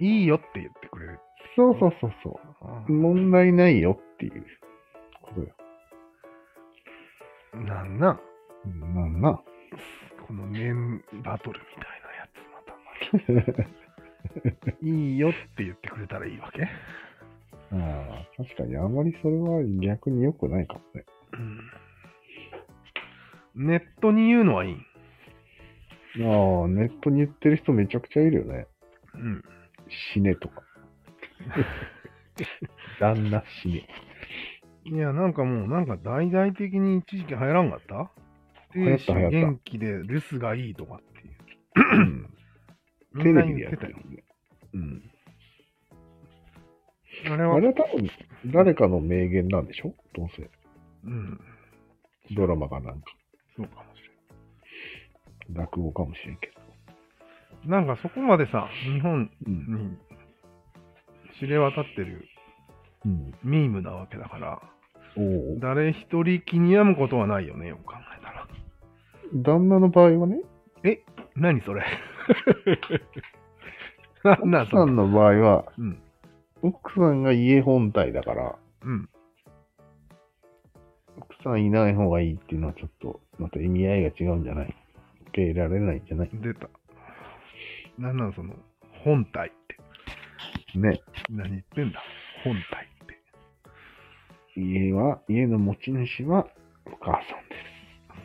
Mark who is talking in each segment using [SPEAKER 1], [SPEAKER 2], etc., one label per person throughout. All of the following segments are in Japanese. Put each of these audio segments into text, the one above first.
[SPEAKER 1] いいよって言ってくれる。
[SPEAKER 2] そうそうそうそうう。問題ないよっていうことよ。
[SPEAKER 1] んなんなん
[SPEAKER 2] うんなんな。
[SPEAKER 1] この面バトルみたいなやつ、また。いいよって言ってくれたらいいわけ
[SPEAKER 2] ああ、確かにあまりそれは逆に良くないかもね。
[SPEAKER 1] うんネットに言うのはいい。
[SPEAKER 2] ああ、ネットに言ってる人めちゃくちゃいるよね。
[SPEAKER 1] うん。
[SPEAKER 2] 死ねとか。 旦那死ね。
[SPEAKER 1] いや、なんかもう、なんか大々的に一時期流行らんかった
[SPEAKER 2] 流行った流行
[SPEAKER 1] 亭主
[SPEAKER 2] った
[SPEAKER 1] 元気で留守がいいとかっていう。
[SPEAKER 2] うん
[SPEAKER 1] み
[SPEAKER 2] テ
[SPEAKER 1] んな
[SPEAKER 2] レビ
[SPEAKER 1] 言
[SPEAKER 2] でや
[SPEAKER 1] っ
[SPEAKER 2] ってて
[SPEAKER 1] たよ
[SPEAKER 2] るも。んね。うん。
[SPEAKER 1] あれは、
[SPEAKER 2] あれは多分、誰かの名言なんでしょどうせ。
[SPEAKER 1] うん。
[SPEAKER 2] ドラマかなんか、
[SPEAKER 1] そうかもし
[SPEAKER 2] 落語かもしれんけ
[SPEAKER 1] れ
[SPEAKER 2] ど。
[SPEAKER 1] ない。なんかそこまでさ、日本
[SPEAKER 2] うん。
[SPEAKER 1] に知れ渡ってる
[SPEAKER 2] うん、
[SPEAKER 1] ミームなわけだから、
[SPEAKER 2] おお。
[SPEAKER 1] 誰一人気に病むことはないよね、よく考えたら。
[SPEAKER 2] 旦那の場合はね、
[SPEAKER 1] 何それ なんなん
[SPEAKER 2] 奥
[SPEAKER 1] そ
[SPEAKER 2] さ
[SPEAKER 1] れ
[SPEAKER 2] んの場合は、
[SPEAKER 1] うん。
[SPEAKER 2] 奥さんが家本体だから、
[SPEAKER 1] うん。
[SPEAKER 2] 奥さんいない方がいいっていうのはちょっと、また意味合いが違うんじゃない受け入れられないんじゃない
[SPEAKER 1] 出た。なんなんその、本体って。
[SPEAKER 2] ね。
[SPEAKER 1] 何言ってんだ本体って。
[SPEAKER 2] 家は、家の持ち主はお母さんで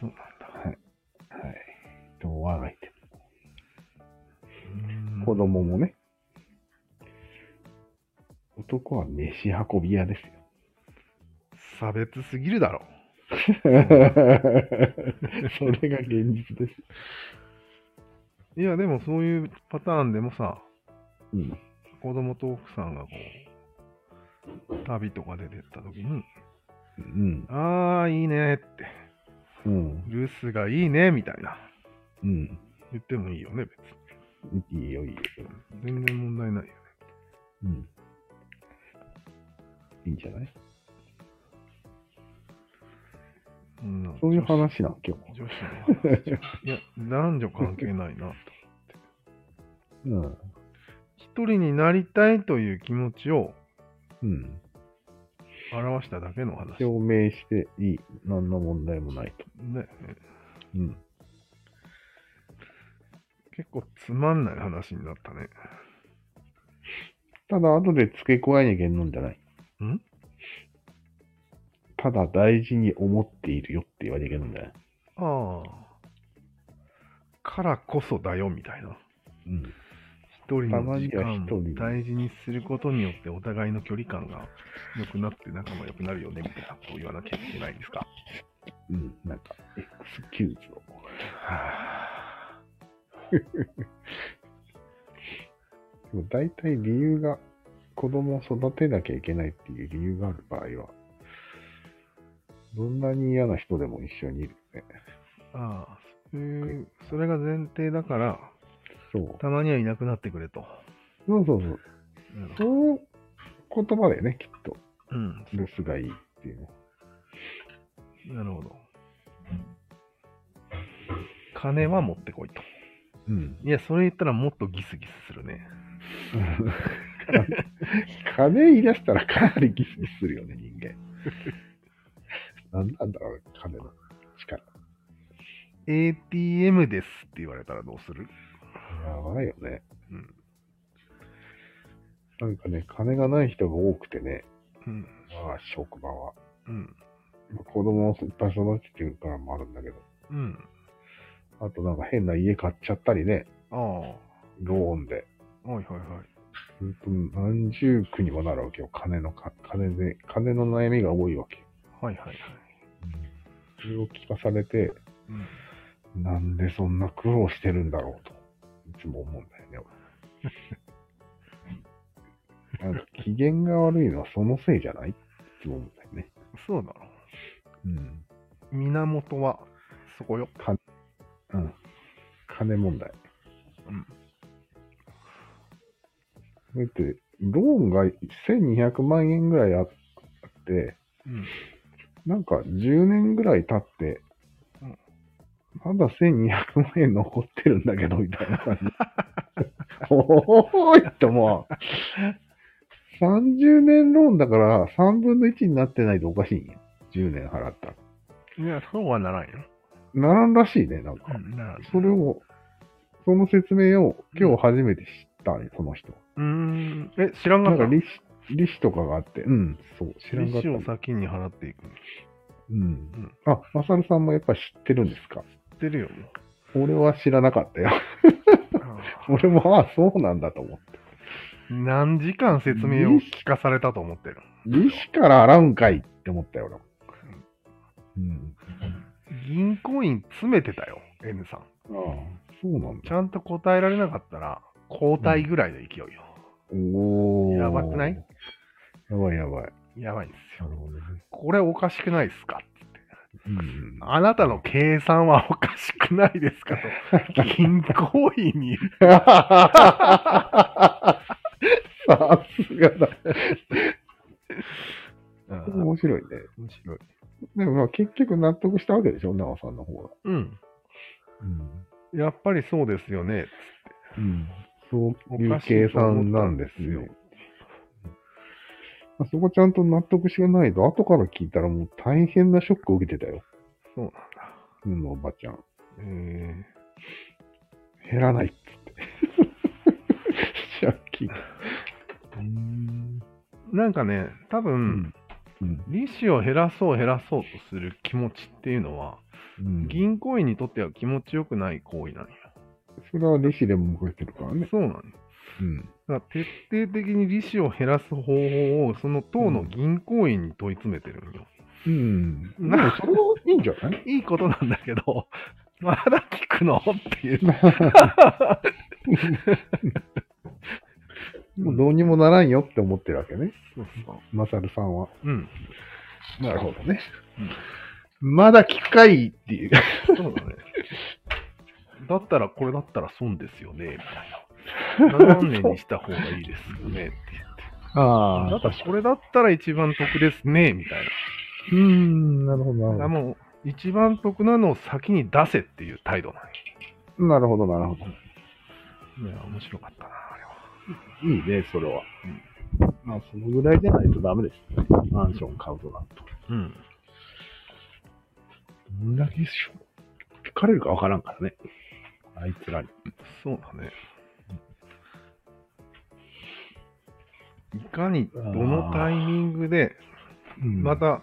[SPEAKER 1] そうなんだ。
[SPEAKER 2] す。はい。と、我がいて。
[SPEAKER 1] うーん
[SPEAKER 2] 子供もね。男は飯運び屋ですよ。
[SPEAKER 1] 差別すぎるだろ。
[SPEAKER 2] それが現実です。
[SPEAKER 1] いや、でもそういうパターンでもさ、
[SPEAKER 2] うん。
[SPEAKER 1] 子供と奥さんがこう、旅とかで出てった時に、
[SPEAKER 2] うん。
[SPEAKER 1] あー、いいねって、
[SPEAKER 2] うん。
[SPEAKER 1] 留守がいいね、みたいな。
[SPEAKER 2] うん。
[SPEAKER 1] 言ってもいいよね、別
[SPEAKER 2] いいよ、いいよ。
[SPEAKER 1] に。全然問題ないよ。
[SPEAKER 2] うん。いいんじゃない
[SPEAKER 1] んな
[SPEAKER 2] そういう話なん、今
[SPEAKER 1] 女子の話いや、男女関係ないなと。
[SPEAKER 2] 日。うん。
[SPEAKER 1] 一人になりたいという気持ちを
[SPEAKER 2] うん。
[SPEAKER 1] 表しただけの話。
[SPEAKER 2] 証明していい。何の問題もないと。
[SPEAKER 1] ね、
[SPEAKER 2] うん。
[SPEAKER 1] 結構つまんない話になったね。
[SPEAKER 2] ただ、後で付け加えなきゃいけんのんじゃない。
[SPEAKER 1] ん
[SPEAKER 2] ただ、大事に思っているよって言われゃいけんのんじゃない。
[SPEAKER 1] ああ。からこそだよ、みたいな。
[SPEAKER 2] うん。
[SPEAKER 1] 一人の時
[SPEAKER 2] たまには
[SPEAKER 1] 間
[SPEAKER 2] 一人
[SPEAKER 1] を大事にすることによってお互いの距離感が良くなって仲も良くなるよね、みたいなことを言わなきゃいけないんですか。
[SPEAKER 2] うん。なんか、エクスキューズを。
[SPEAKER 1] はあ
[SPEAKER 2] でも大体理由が、子供を育てなきゃいけないっていう理由がある場合は、どんなに嫌な人でも一緒にいるよね。
[SPEAKER 1] ああ、そういう、それが前提だから、
[SPEAKER 2] そう。
[SPEAKER 1] たまにはいなくなってくれと。
[SPEAKER 2] そうそうそう。そういう言葉だよね、きっと。
[SPEAKER 1] うん、
[SPEAKER 2] 留守がいいっていうね。
[SPEAKER 1] なるほど。金は持ってこいと。
[SPEAKER 2] うん。
[SPEAKER 1] いや、それ言ったらもっとギスギスするね。
[SPEAKER 2] 金言い出したらかなりギスギスするよね、人間。 何なんだろうね、金の力。
[SPEAKER 1] ATM ですって言われたらどうする
[SPEAKER 2] やばいよね。
[SPEAKER 1] うん。
[SPEAKER 2] なんかね、金がない人が多くてね、
[SPEAKER 1] うん。
[SPEAKER 2] まあ、職場は。
[SPEAKER 1] うん。
[SPEAKER 2] まあ子供をいっぱい育ててるからもあるんだけど、
[SPEAKER 1] うん。
[SPEAKER 2] あとなんか変な家買っちゃったりね、
[SPEAKER 1] ああ。は
[SPEAKER 2] ローンで。
[SPEAKER 1] いはいはい。
[SPEAKER 2] ほんと何十句にもなるわけよ、金のか、金で、金の悩みが多いわけよ。
[SPEAKER 1] はいはいはい。
[SPEAKER 2] それを聞かされて、
[SPEAKER 1] うん、
[SPEAKER 2] なんでそんな苦労してるんだろうと、いつも思うんだよね。俺なんか機嫌が悪いのはそのせいじゃないいつも思うんだよね。
[SPEAKER 1] そうだろ
[SPEAKER 2] うん。
[SPEAKER 1] う。源はそこよ。
[SPEAKER 2] うん。金問題。
[SPEAKER 1] うん。
[SPEAKER 2] だって、ローンが1200万円ぐらいあって、
[SPEAKER 1] うん。
[SPEAKER 2] なんか10年ぐらい経って
[SPEAKER 1] うん、
[SPEAKER 2] まだ1200万円残ってるんだけど、みたいな感じ。おおいってもう、30年ローンだから3分の1になってないとおかしいんや。10年払ったら。
[SPEAKER 1] いや、そうはならんよ。
[SPEAKER 2] ならんらしいね、なんか。
[SPEAKER 1] うん、ならん
[SPEAKER 2] それを、その説明を今日初めて知ったね、その人。
[SPEAKER 1] うーん。え、知らん
[SPEAKER 2] な
[SPEAKER 1] か
[SPEAKER 2] ん
[SPEAKER 1] っ
[SPEAKER 2] か
[SPEAKER 1] た。
[SPEAKER 2] 利子、利子とかがあって、うん、そう、知らんかっ
[SPEAKER 1] 利子を
[SPEAKER 2] た。
[SPEAKER 1] 先に払っていく。
[SPEAKER 2] うん。あ、マサルさんもやっぱ知ってるんですか
[SPEAKER 1] 知ってる よ、も
[SPEAKER 2] 俺は知らなかったよ。
[SPEAKER 1] う
[SPEAKER 2] 俺も、ああ、そうなんだと思って。
[SPEAKER 1] 何時間説明を聞かされたと思ってる。
[SPEAKER 2] 利子から洗うんかいって思ったよ、俺も。うん。
[SPEAKER 1] 銀行員詰めてたよ、N さん。
[SPEAKER 2] ああ、そうなん
[SPEAKER 1] ち
[SPEAKER 2] だ。
[SPEAKER 1] ゃんと答えられなかったら、交代ぐらいの勢いよ。
[SPEAKER 2] おお。
[SPEAKER 1] やばくない
[SPEAKER 2] やばいやばい。
[SPEAKER 1] やばいんです
[SPEAKER 2] な
[SPEAKER 1] よ。
[SPEAKER 2] るほどね。
[SPEAKER 1] これおかしくないですかって
[SPEAKER 2] うん。
[SPEAKER 1] あなたの計算はおかしくないですかと、銀行員に
[SPEAKER 2] さすがだ。
[SPEAKER 1] うん
[SPEAKER 2] 面白いね。
[SPEAKER 1] 面白い。
[SPEAKER 2] でもまあ結局納得したわけでしょ、長さんの方が。
[SPEAKER 1] うん。
[SPEAKER 2] うん。
[SPEAKER 1] やっぱりそうですよね。
[SPEAKER 2] うん。そうい
[SPEAKER 1] おか
[SPEAKER 2] う
[SPEAKER 1] し
[SPEAKER 2] 計
[SPEAKER 1] いと思
[SPEAKER 2] 算
[SPEAKER 1] った
[SPEAKER 2] なん
[SPEAKER 1] ん
[SPEAKER 2] で
[SPEAKER 1] ですす
[SPEAKER 2] よ
[SPEAKER 1] よ。
[SPEAKER 2] まあそこちゃんと納得しないと、後から聞いたらもう大変なショックを受けてたよ。
[SPEAKER 1] そうなんだ。
[SPEAKER 2] うん、おばちゃん。
[SPEAKER 1] え
[SPEAKER 2] 減らないっつって。借金。
[SPEAKER 1] ーなんかね、多分、
[SPEAKER 2] うん。
[SPEAKER 1] 利子を減らそう減らそうとする気持ちっていうのは、
[SPEAKER 2] うん。
[SPEAKER 1] 銀行員にとっては気持ちよくない行為なんよ。
[SPEAKER 2] それは利子でも動いてるからね。
[SPEAKER 1] そうなんよ
[SPEAKER 2] うん。
[SPEAKER 1] だから徹底的に利子を減らす方法をその党の銀行員に問い詰めてるんよ。
[SPEAKER 2] うん。
[SPEAKER 1] な
[SPEAKER 2] でもそれはいいんじゃない
[SPEAKER 1] いいことなんだけど、 まだ聞くのっていう。
[SPEAKER 2] もうどうにもならんよって思ってるわけね。
[SPEAKER 1] そうそう。
[SPEAKER 2] マサルさんは。
[SPEAKER 1] うん。
[SPEAKER 2] なるほどね。まだ聞くかいっていう。
[SPEAKER 1] そうだね。だったら、これだったら損ですよね、みたいな。何年にした方がいいですよね、 って
[SPEAKER 2] あ
[SPEAKER 1] だ
[SPEAKER 2] あ、
[SPEAKER 1] ったら
[SPEAKER 2] 確か
[SPEAKER 1] これだったら一番得ですね、みたい
[SPEAKER 2] に。うーん、なるほ
[SPEAKER 1] な。
[SPEAKER 2] ど、
[SPEAKER 1] だから
[SPEAKER 2] なる
[SPEAKER 1] もう、一番得なのを先に出せっていう態度なんよ
[SPEAKER 2] ほど。なるほど、なるほど。
[SPEAKER 1] いや、面白かったな、あれは。
[SPEAKER 2] いいね、それは。まあ、そのぐらいじゃないとダメですね。マンション買うとなると。
[SPEAKER 1] うん。
[SPEAKER 2] どんだけしょ、聞かれるかわからんからね。あいつらに。
[SPEAKER 1] そうだね。いかにどのタイミングで、
[SPEAKER 2] うん
[SPEAKER 1] ま、た、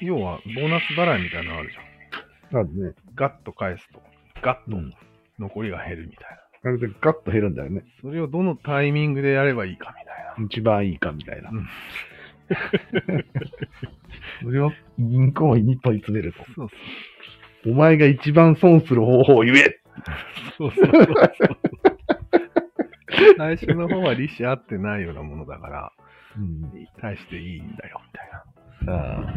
[SPEAKER 1] 要はボーナス払いみたいなのあるじゃん。
[SPEAKER 2] あるね。
[SPEAKER 1] ガッと返すと、ガッと
[SPEAKER 2] うん
[SPEAKER 1] 残りが減るみたい
[SPEAKER 2] あれでガッと減るんだよね。
[SPEAKER 1] な。それをどのタイミングでやればいいかみたいな。
[SPEAKER 2] 一番いいかみたいな
[SPEAKER 1] うん
[SPEAKER 2] それを銀行員に問い詰めると。
[SPEAKER 1] そう
[SPEAKER 2] お前が一番損する方法を言え
[SPEAKER 1] そうそうそうそうそう。最初の方は利子合ってないようなものだから、
[SPEAKER 2] うん。
[SPEAKER 1] 対していいんだよみたいな。
[SPEAKER 2] あ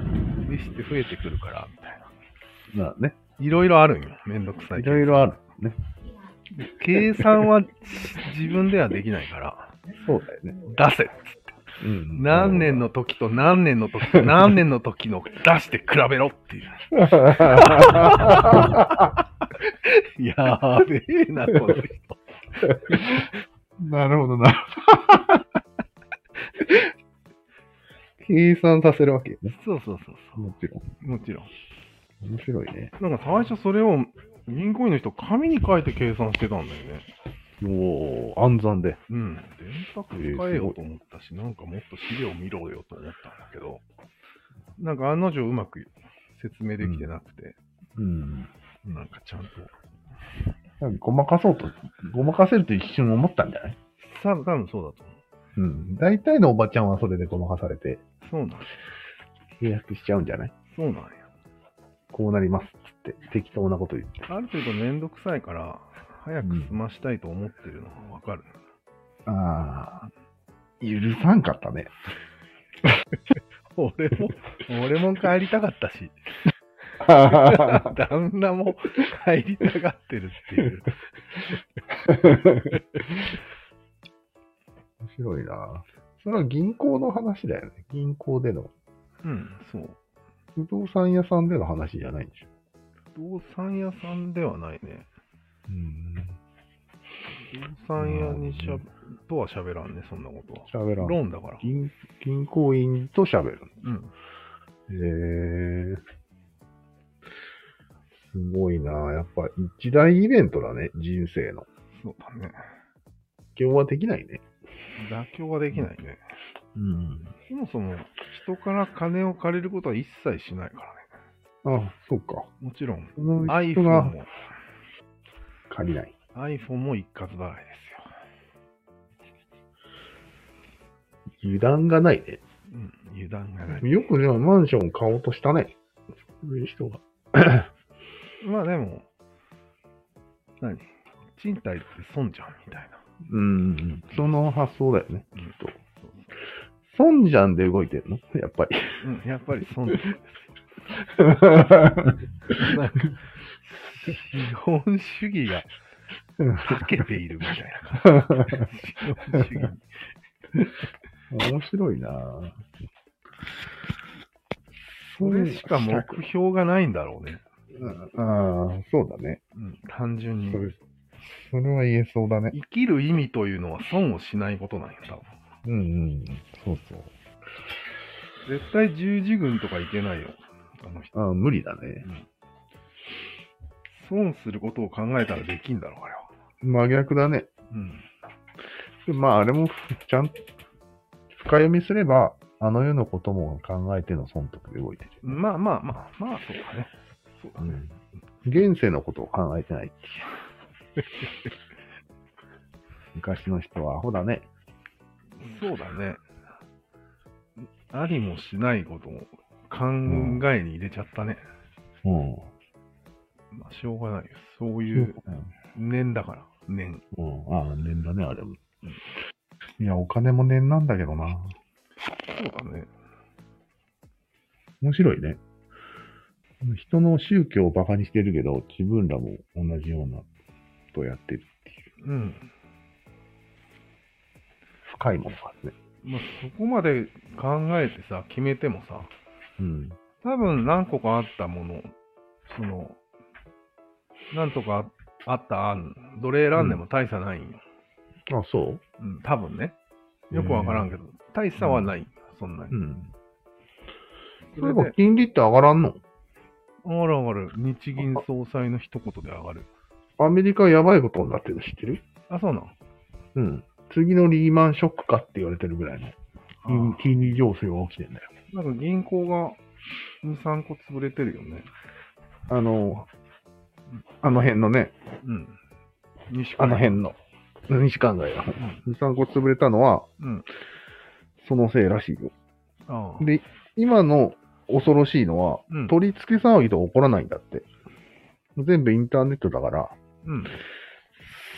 [SPEAKER 1] 利子って増えてくるからみたいな。
[SPEAKER 2] あ、まあね。
[SPEAKER 1] いろいろあるんよ。めんどくさい
[SPEAKER 2] い
[SPEAKER 1] けど。
[SPEAKER 2] ろいろある。ね。
[SPEAKER 1] 計算は自分ではできないから、
[SPEAKER 2] そうだよね。
[SPEAKER 1] 出せ。
[SPEAKER 2] うん
[SPEAKER 1] 何年 の時と何年の時と何年の時の出して比べろっていう。やべえな、この人。
[SPEAKER 2] なるほど な。計算させるわけよね。
[SPEAKER 1] そうそうそうそ
[SPEAKER 2] もちろ
[SPEAKER 1] う。もちろん。
[SPEAKER 2] ん。面白いね。
[SPEAKER 1] なんか最初それを銀行員の人、紙に書いて計算してたんだよね。
[SPEAKER 2] おお、暗算で。
[SPEAKER 1] うん。電卓使えよと思ったし、なんかもっと資料見ろよと思ったんだけど、なんか案の定うまく説明できてなくて、
[SPEAKER 2] うん。
[SPEAKER 1] なんかちゃんと。
[SPEAKER 2] なんかごまかそうと、ごまかせると一瞬思ったんじゃない
[SPEAKER 1] さ多分そうだと思う。
[SPEAKER 2] うん。大体のおばちゃんはそれでごまかされて、
[SPEAKER 1] そうなん
[SPEAKER 2] 契約しちゃうんじゃない
[SPEAKER 1] そうなんや。
[SPEAKER 2] こうなりますっつって、適当なこと言って。
[SPEAKER 1] ある程度めんどくさいから、早く済ましたいと思ってるのがわかる、
[SPEAKER 2] ああ、許さんかった ね。
[SPEAKER 1] 俺も、俺も帰りたかったし、旦那も帰りたがってるっていう。
[SPEAKER 2] 面白いな。それは銀行の話だよね。銀行での。
[SPEAKER 1] うん、そう。
[SPEAKER 2] 不動産屋さんでの話じゃないんでしょ。
[SPEAKER 1] 不動産屋さんではないね。
[SPEAKER 2] うん。
[SPEAKER 1] 不動産屋にしゃ、とは喋らんね、そんなことは。
[SPEAKER 2] 喋ら
[SPEAKER 1] ロ
[SPEAKER 2] ん。
[SPEAKER 1] ーンだから。
[SPEAKER 2] 銀銀行員と喋る。
[SPEAKER 1] うん。
[SPEAKER 2] へえー。すごいなやっぱ一大イベントだね、人生の。
[SPEAKER 1] そうだね。
[SPEAKER 2] 今日はできないね。
[SPEAKER 1] 妥協はできないね。
[SPEAKER 2] うん。
[SPEAKER 1] そもそも、人から金を借りることは一切しないからね。
[SPEAKER 2] あ、そうか。
[SPEAKER 1] もちろん、
[SPEAKER 2] その人
[SPEAKER 1] iPhone
[SPEAKER 2] が
[SPEAKER 1] も、
[SPEAKER 2] 借りない。
[SPEAKER 1] iPhone も一括払いですよ。
[SPEAKER 2] 油断がないね。
[SPEAKER 1] うん、油断がない。
[SPEAKER 2] よくじゃあマンション買おうとしたね。そういう人が。
[SPEAKER 1] まあでも、何賃貸って損じゃんみたいな。
[SPEAKER 2] うん。その発想だよね。
[SPEAKER 1] うん
[SPEAKER 2] と損じゃんで動いてんのやっぱり。
[SPEAKER 1] うん、やっぱり損です。なんか、資本主義が欠けているみたいな感じ。資本主義
[SPEAKER 2] 面白いな
[SPEAKER 1] それしか目標がないんだろうね。
[SPEAKER 2] ああ、そうだね。
[SPEAKER 1] うん、単純に
[SPEAKER 2] そ。れそれは言えそうだね。
[SPEAKER 1] 生きる意味というのは損をしないことなんや、多分。
[SPEAKER 2] うんうん。そうそう。
[SPEAKER 1] 絶対十字軍とかいけないよ、あの人。
[SPEAKER 2] ああ、無理だね。
[SPEAKER 1] 損することを考えたらできんだろう、あれは。
[SPEAKER 2] 真逆だね。
[SPEAKER 1] うん。
[SPEAKER 2] まあ、あれも、ちゃん、深読みすれば、あの世のことも考えての損得で動いてる。
[SPEAKER 1] まあまあまあ、まあそうだね。そうだね。
[SPEAKER 2] 現世のことを考えてないっていう。昔の人はアホだね。
[SPEAKER 1] そうだね。ありもしないことを考えに入れちゃったね。
[SPEAKER 2] うん。
[SPEAKER 1] まあしょうがないよ。そういう念だから、念。
[SPEAKER 2] うん。ああ、念だね、あれも。いや、お金も念なんだけどな。
[SPEAKER 1] そうだね。
[SPEAKER 2] 面白いね。人の宗教をバカにしてるけど、自分らも同じようなことをやってる。
[SPEAKER 1] うん。
[SPEAKER 2] 深いものがあるね。
[SPEAKER 1] まあそこまで考えてさ、決めてもさ、
[SPEAKER 2] うん。
[SPEAKER 1] 多分何個かあったもの、その、何とかあった案、どれ選んでも大差ないんよ。
[SPEAKER 2] あ、そう
[SPEAKER 1] うん、多分ね。よくわからんけど、大差はない、そんなに。
[SPEAKER 2] ん。
[SPEAKER 1] そ
[SPEAKER 2] そ
[SPEAKER 1] れ
[SPEAKER 2] ういえば
[SPEAKER 1] で、
[SPEAKER 2] 金利って上がらんの
[SPEAKER 1] 上がる上がる。日銀総裁の一言で上がる。
[SPEAKER 2] アメリカやばいことになってるの知ってる
[SPEAKER 1] あ、そうなん。
[SPEAKER 2] うん。次のリーマンショックかって言われてるぐらいの金金利上昇が起きてんだよ。
[SPEAKER 1] なんか銀行が2、3個潰れてるよね。
[SPEAKER 2] あの、あの辺のね、
[SPEAKER 1] うん。西海
[SPEAKER 2] あの。辺の、西海岸が
[SPEAKER 1] ん
[SPEAKER 2] 2、3個潰れたのは、
[SPEAKER 1] うん。
[SPEAKER 2] そのせいらしいよ。
[SPEAKER 1] ああ。
[SPEAKER 2] で、今の恐ろしいのは、
[SPEAKER 1] うん。
[SPEAKER 2] 取り付け騒ぎとか起こらないんだって。全部インターネットだから、
[SPEAKER 1] うん。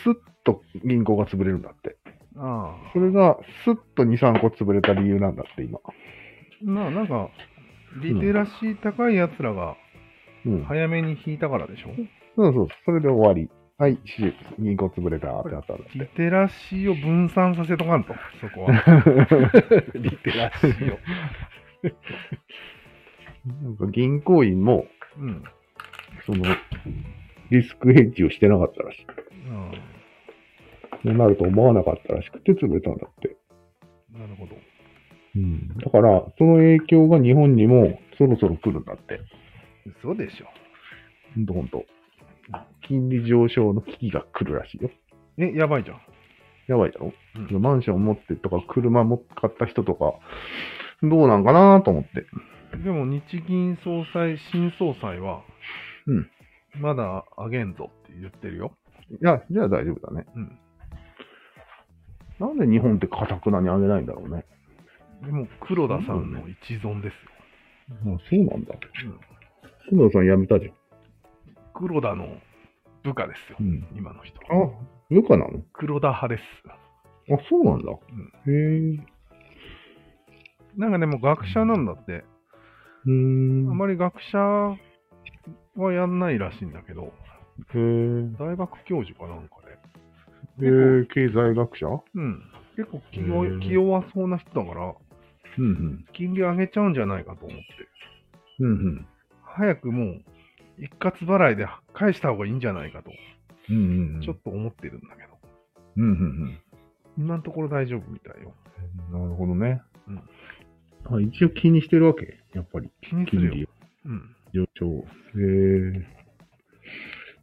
[SPEAKER 2] スッと銀行が潰れるんだって。
[SPEAKER 1] あ
[SPEAKER 2] それが、スッと2、3個潰れた理由なんだって、今。
[SPEAKER 1] あ。まあ、なんか、リテラシー高い奴らが
[SPEAKER 2] うん。
[SPEAKER 1] 早めに引いたからでしょ、
[SPEAKER 2] そうそう、それで終わり。はい、し銀行潰れたってなったんだ
[SPEAKER 1] リテラシーを分散させとかんと、そこ は。
[SPEAKER 2] って。
[SPEAKER 1] リテラシーを。
[SPEAKER 2] なんか銀行員も、
[SPEAKER 1] うん。
[SPEAKER 2] その、リスクヘッジをしてなかったらしい。
[SPEAKER 1] うん
[SPEAKER 2] そうなると思わなかったらしくて潰れたんだって。
[SPEAKER 1] なるほど。
[SPEAKER 2] うん。だから、その影響が日本にもそろそろ来るんだって。
[SPEAKER 1] 嘘でしょ。
[SPEAKER 2] ほんとほんと。金利上昇の危機が来るらしいよ。
[SPEAKER 1] え、やばいじゃん。
[SPEAKER 2] やばいだろ、
[SPEAKER 1] う
[SPEAKER 2] マンション持ってとか、車持っ買った人とか、どうなんかなと思って。
[SPEAKER 1] でも日銀総裁、新総裁は、
[SPEAKER 2] うん
[SPEAKER 1] まだ上げんぞって言ってるよ。
[SPEAKER 2] いや、じゃあ大丈夫だね。
[SPEAKER 1] うん。
[SPEAKER 2] なんで日本ってかたくなに上げないんだろうね。
[SPEAKER 1] でも黒田さんの一存です
[SPEAKER 2] あそうなんだ。
[SPEAKER 1] よ。
[SPEAKER 2] 工藤さん辞めたじ
[SPEAKER 1] 黒田の部下ですよ
[SPEAKER 2] ゃ、ん。うん。
[SPEAKER 1] 今の人。
[SPEAKER 2] あ、部下なの
[SPEAKER 1] 黒田派です。
[SPEAKER 2] あ、そうなんだ。へえ。
[SPEAKER 1] なんかでも学者なんだって、
[SPEAKER 2] うー
[SPEAKER 1] あ
[SPEAKER 2] ん。
[SPEAKER 1] まり学者はやんないらしいんだけど、
[SPEAKER 2] へえ。
[SPEAKER 1] 大学教授かなんかで、
[SPEAKER 2] へえ、経済学者
[SPEAKER 1] うん、結構気
[SPEAKER 2] へ
[SPEAKER 1] 弱
[SPEAKER 2] え
[SPEAKER 1] 気弱そうな人だから、
[SPEAKER 2] うん
[SPEAKER 1] 金利上げちゃうんじゃないかと思って、
[SPEAKER 2] うん。うん
[SPEAKER 1] 早くもう一括払いで返した方がいいんじゃないかと、
[SPEAKER 2] うん。うんうん。
[SPEAKER 1] ちょっと思ってるんだけど。
[SPEAKER 2] うんうん
[SPEAKER 1] 今のところ大丈夫みたいよ。
[SPEAKER 2] うん。なるほどね。
[SPEAKER 1] うん
[SPEAKER 2] あ一応気にしてるわけやっぱり。
[SPEAKER 1] 気にす
[SPEAKER 2] 金
[SPEAKER 1] るよ。
[SPEAKER 2] 利
[SPEAKER 1] うん。
[SPEAKER 2] 上昇。へえ。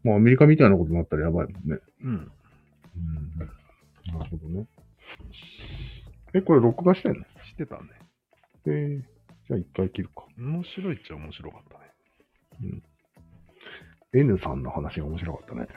[SPEAKER 2] まあ、アメリカみたいなことになったらやばいもんね。
[SPEAKER 1] うん。
[SPEAKER 2] うん。なるほどね。
[SPEAKER 3] え、これ録画してんの
[SPEAKER 1] 知ってたね。
[SPEAKER 3] えー、じゃあ一回切るか。
[SPEAKER 1] 面白いっちゃ面白かったね。
[SPEAKER 3] N さんの話が面白かったね。